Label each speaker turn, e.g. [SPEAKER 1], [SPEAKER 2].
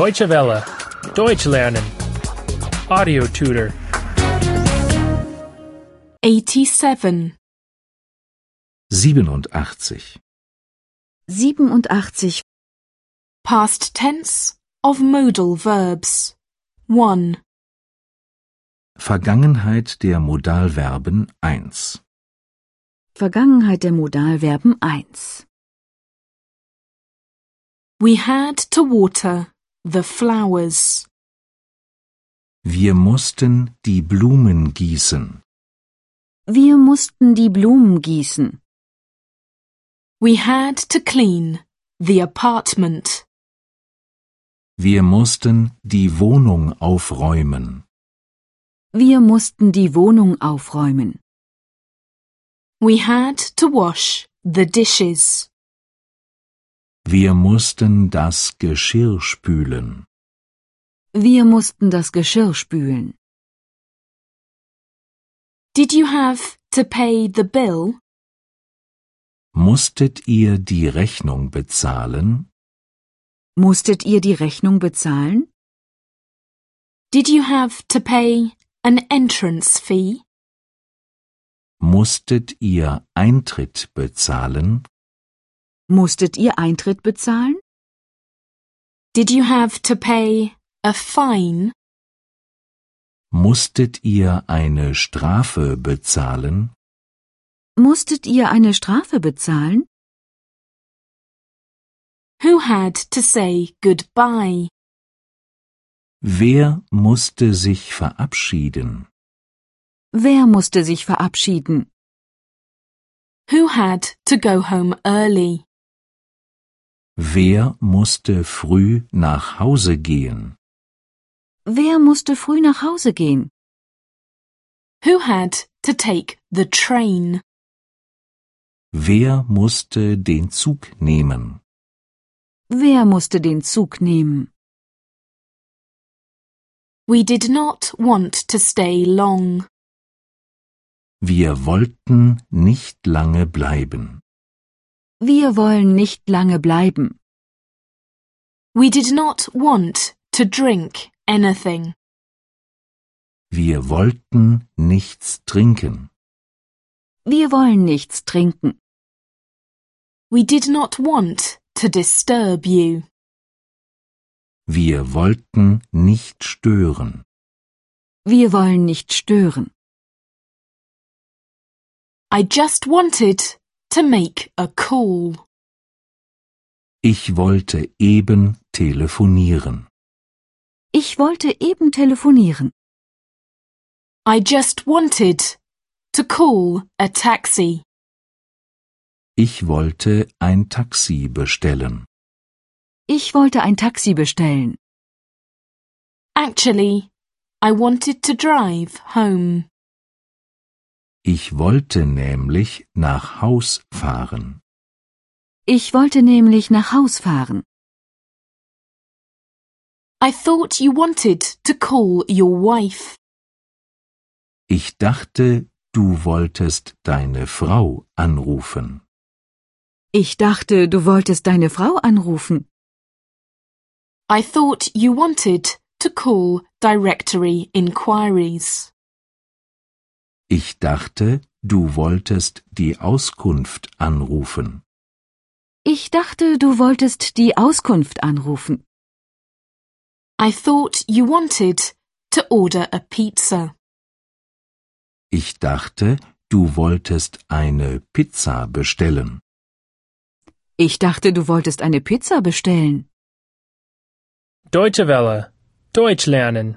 [SPEAKER 1] Deutsche Welle. Deutsch lernen. Audio tutor.
[SPEAKER 2] 87.
[SPEAKER 3] 87.
[SPEAKER 4] 87.
[SPEAKER 2] Past tense of modal verbs. 1.
[SPEAKER 3] Vergangenheit der Modalverben 1.
[SPEAKER 4] Vergangenheit der Modalverben 1.
[SPEAKER 2] We had to water the flowers.
[SPEAKER 3] Wir mussten die Blumen gießen.
[SPEAKER 4] Wir mussten die Blumen gießen.
[SPEAKER 2] We had to clean the apartment.
[SPEAKER 3] Wir mussten die Wohnung aufräumen.
[SPEAKER 4] Wir mussten die Wohnung aufräumen.
[SPEAKER 2] We had to wash the dishes.
[SPEAKER 3] Wir mussten das Geschirr spülen.
[SPEAKER 4] Wir mussten das Geschirr spülen.
[SPEAKER 2] Did you have to pay the bill?
[SPEAKER 3] Musstet ihr die Rechnung bezahlen?
[SPEAKER 4] Musstet ihr die Rechnung bezahlen?
[SPEAKER 2] Did you have to pay an entrance fee?
[SPEAKER 3] Musstet ihr Eintritt bezahlen?
[SPEAKER 4] Musstet ihr Eintritt bezahlen?
[SPEAKER 2] Did you have to pay a fine?
[SPEAKER 3] Musstet ihr eine Strafe bezahlen?
[SPEAKER 4] Musstet ihr eine Strafe bezahlen?
[SPEAKER 2] Who had to say goodbye?
[SPEAKER 3] Wer musste sich verabschieden?
[SPEAKER 4] Wer musste sich verabschieden?
[SPEAKER 2] Who had to go home early?
[SPEAKER 3] Wer musste früh nach Hause gehen?
[SPEAKER 4] Wer musste früh nach Hause gehen?
[SPEAKER 2] Who had to take the train?
[SPEAKER 3] Wer musste den Zug nehmen?
[SPEAKER 4] Wer musste den Zug nehmen?
[SPEAKER 2] We did not want to stay long.
[SPEAKER 3] Wir wollten nicht lange bleiben.
[SPEAKER 4] Wir wollen nicht lange bleiben.
[SPEAKER 2] We did not want to drink anything.
[SPEAKER 3] Wir wollten nichts trinken.
[SPEAKER 4] Wir wollen nichts trinken.
[SPEAKER 2] We did not want to disturb you.
[SPEAKER 3] Wir wollten nicht stören.
[SPEAKER 4] Wir wollen nicht stören.
[SPEAKER 2] I just wanted to make a call.
[SPEAKER 3] Ich wollte eben telefonieren.
[SPEAKER 4] Ich wollte eben telefonieren.
[SPEAKER 2] I just wanted to call a taxi.
[SPEAKER 3] Ich wollte ein Taxi bestellen.
[SPEAKER 4] Ich wollte ein Taxi bestellen.
[SPEAKER 2] Actually, I wanted to drive home.
[SPEAKER 3] Ich wollte nämlich nach Haus fahren.
[SPEAKER 4] Ich wollte nämlich nach Haus fahren.
[SPEAKER 2] I thought you wanted to call your wife.
[SPEAKER 3] Ich dachte, du wolltest deine Frau anrufen.
[SPEAKER 4] Ich dachte, du wolltest deine Frau anrufen.
[SPEAKER 2] I thought you wanted to call directory inquiries.
[SPEAKER 3] Ich dachte, du wolltest die Auskunft anrufen.
[SPEAKER 4] Ich dachte, du wolltest die Auskunft anrufen.
[SPEAKER 2] I thought you wanted to order a pizza.
[SPEAKER 3] Ich dachte, du wolltest eine Pizza bestellen.
[SPEAKER 4] Ich dachte, du wolltest eine Pizza bestellen.
[SPEAKER 1] Deutsche Welle. Deutsch lernen.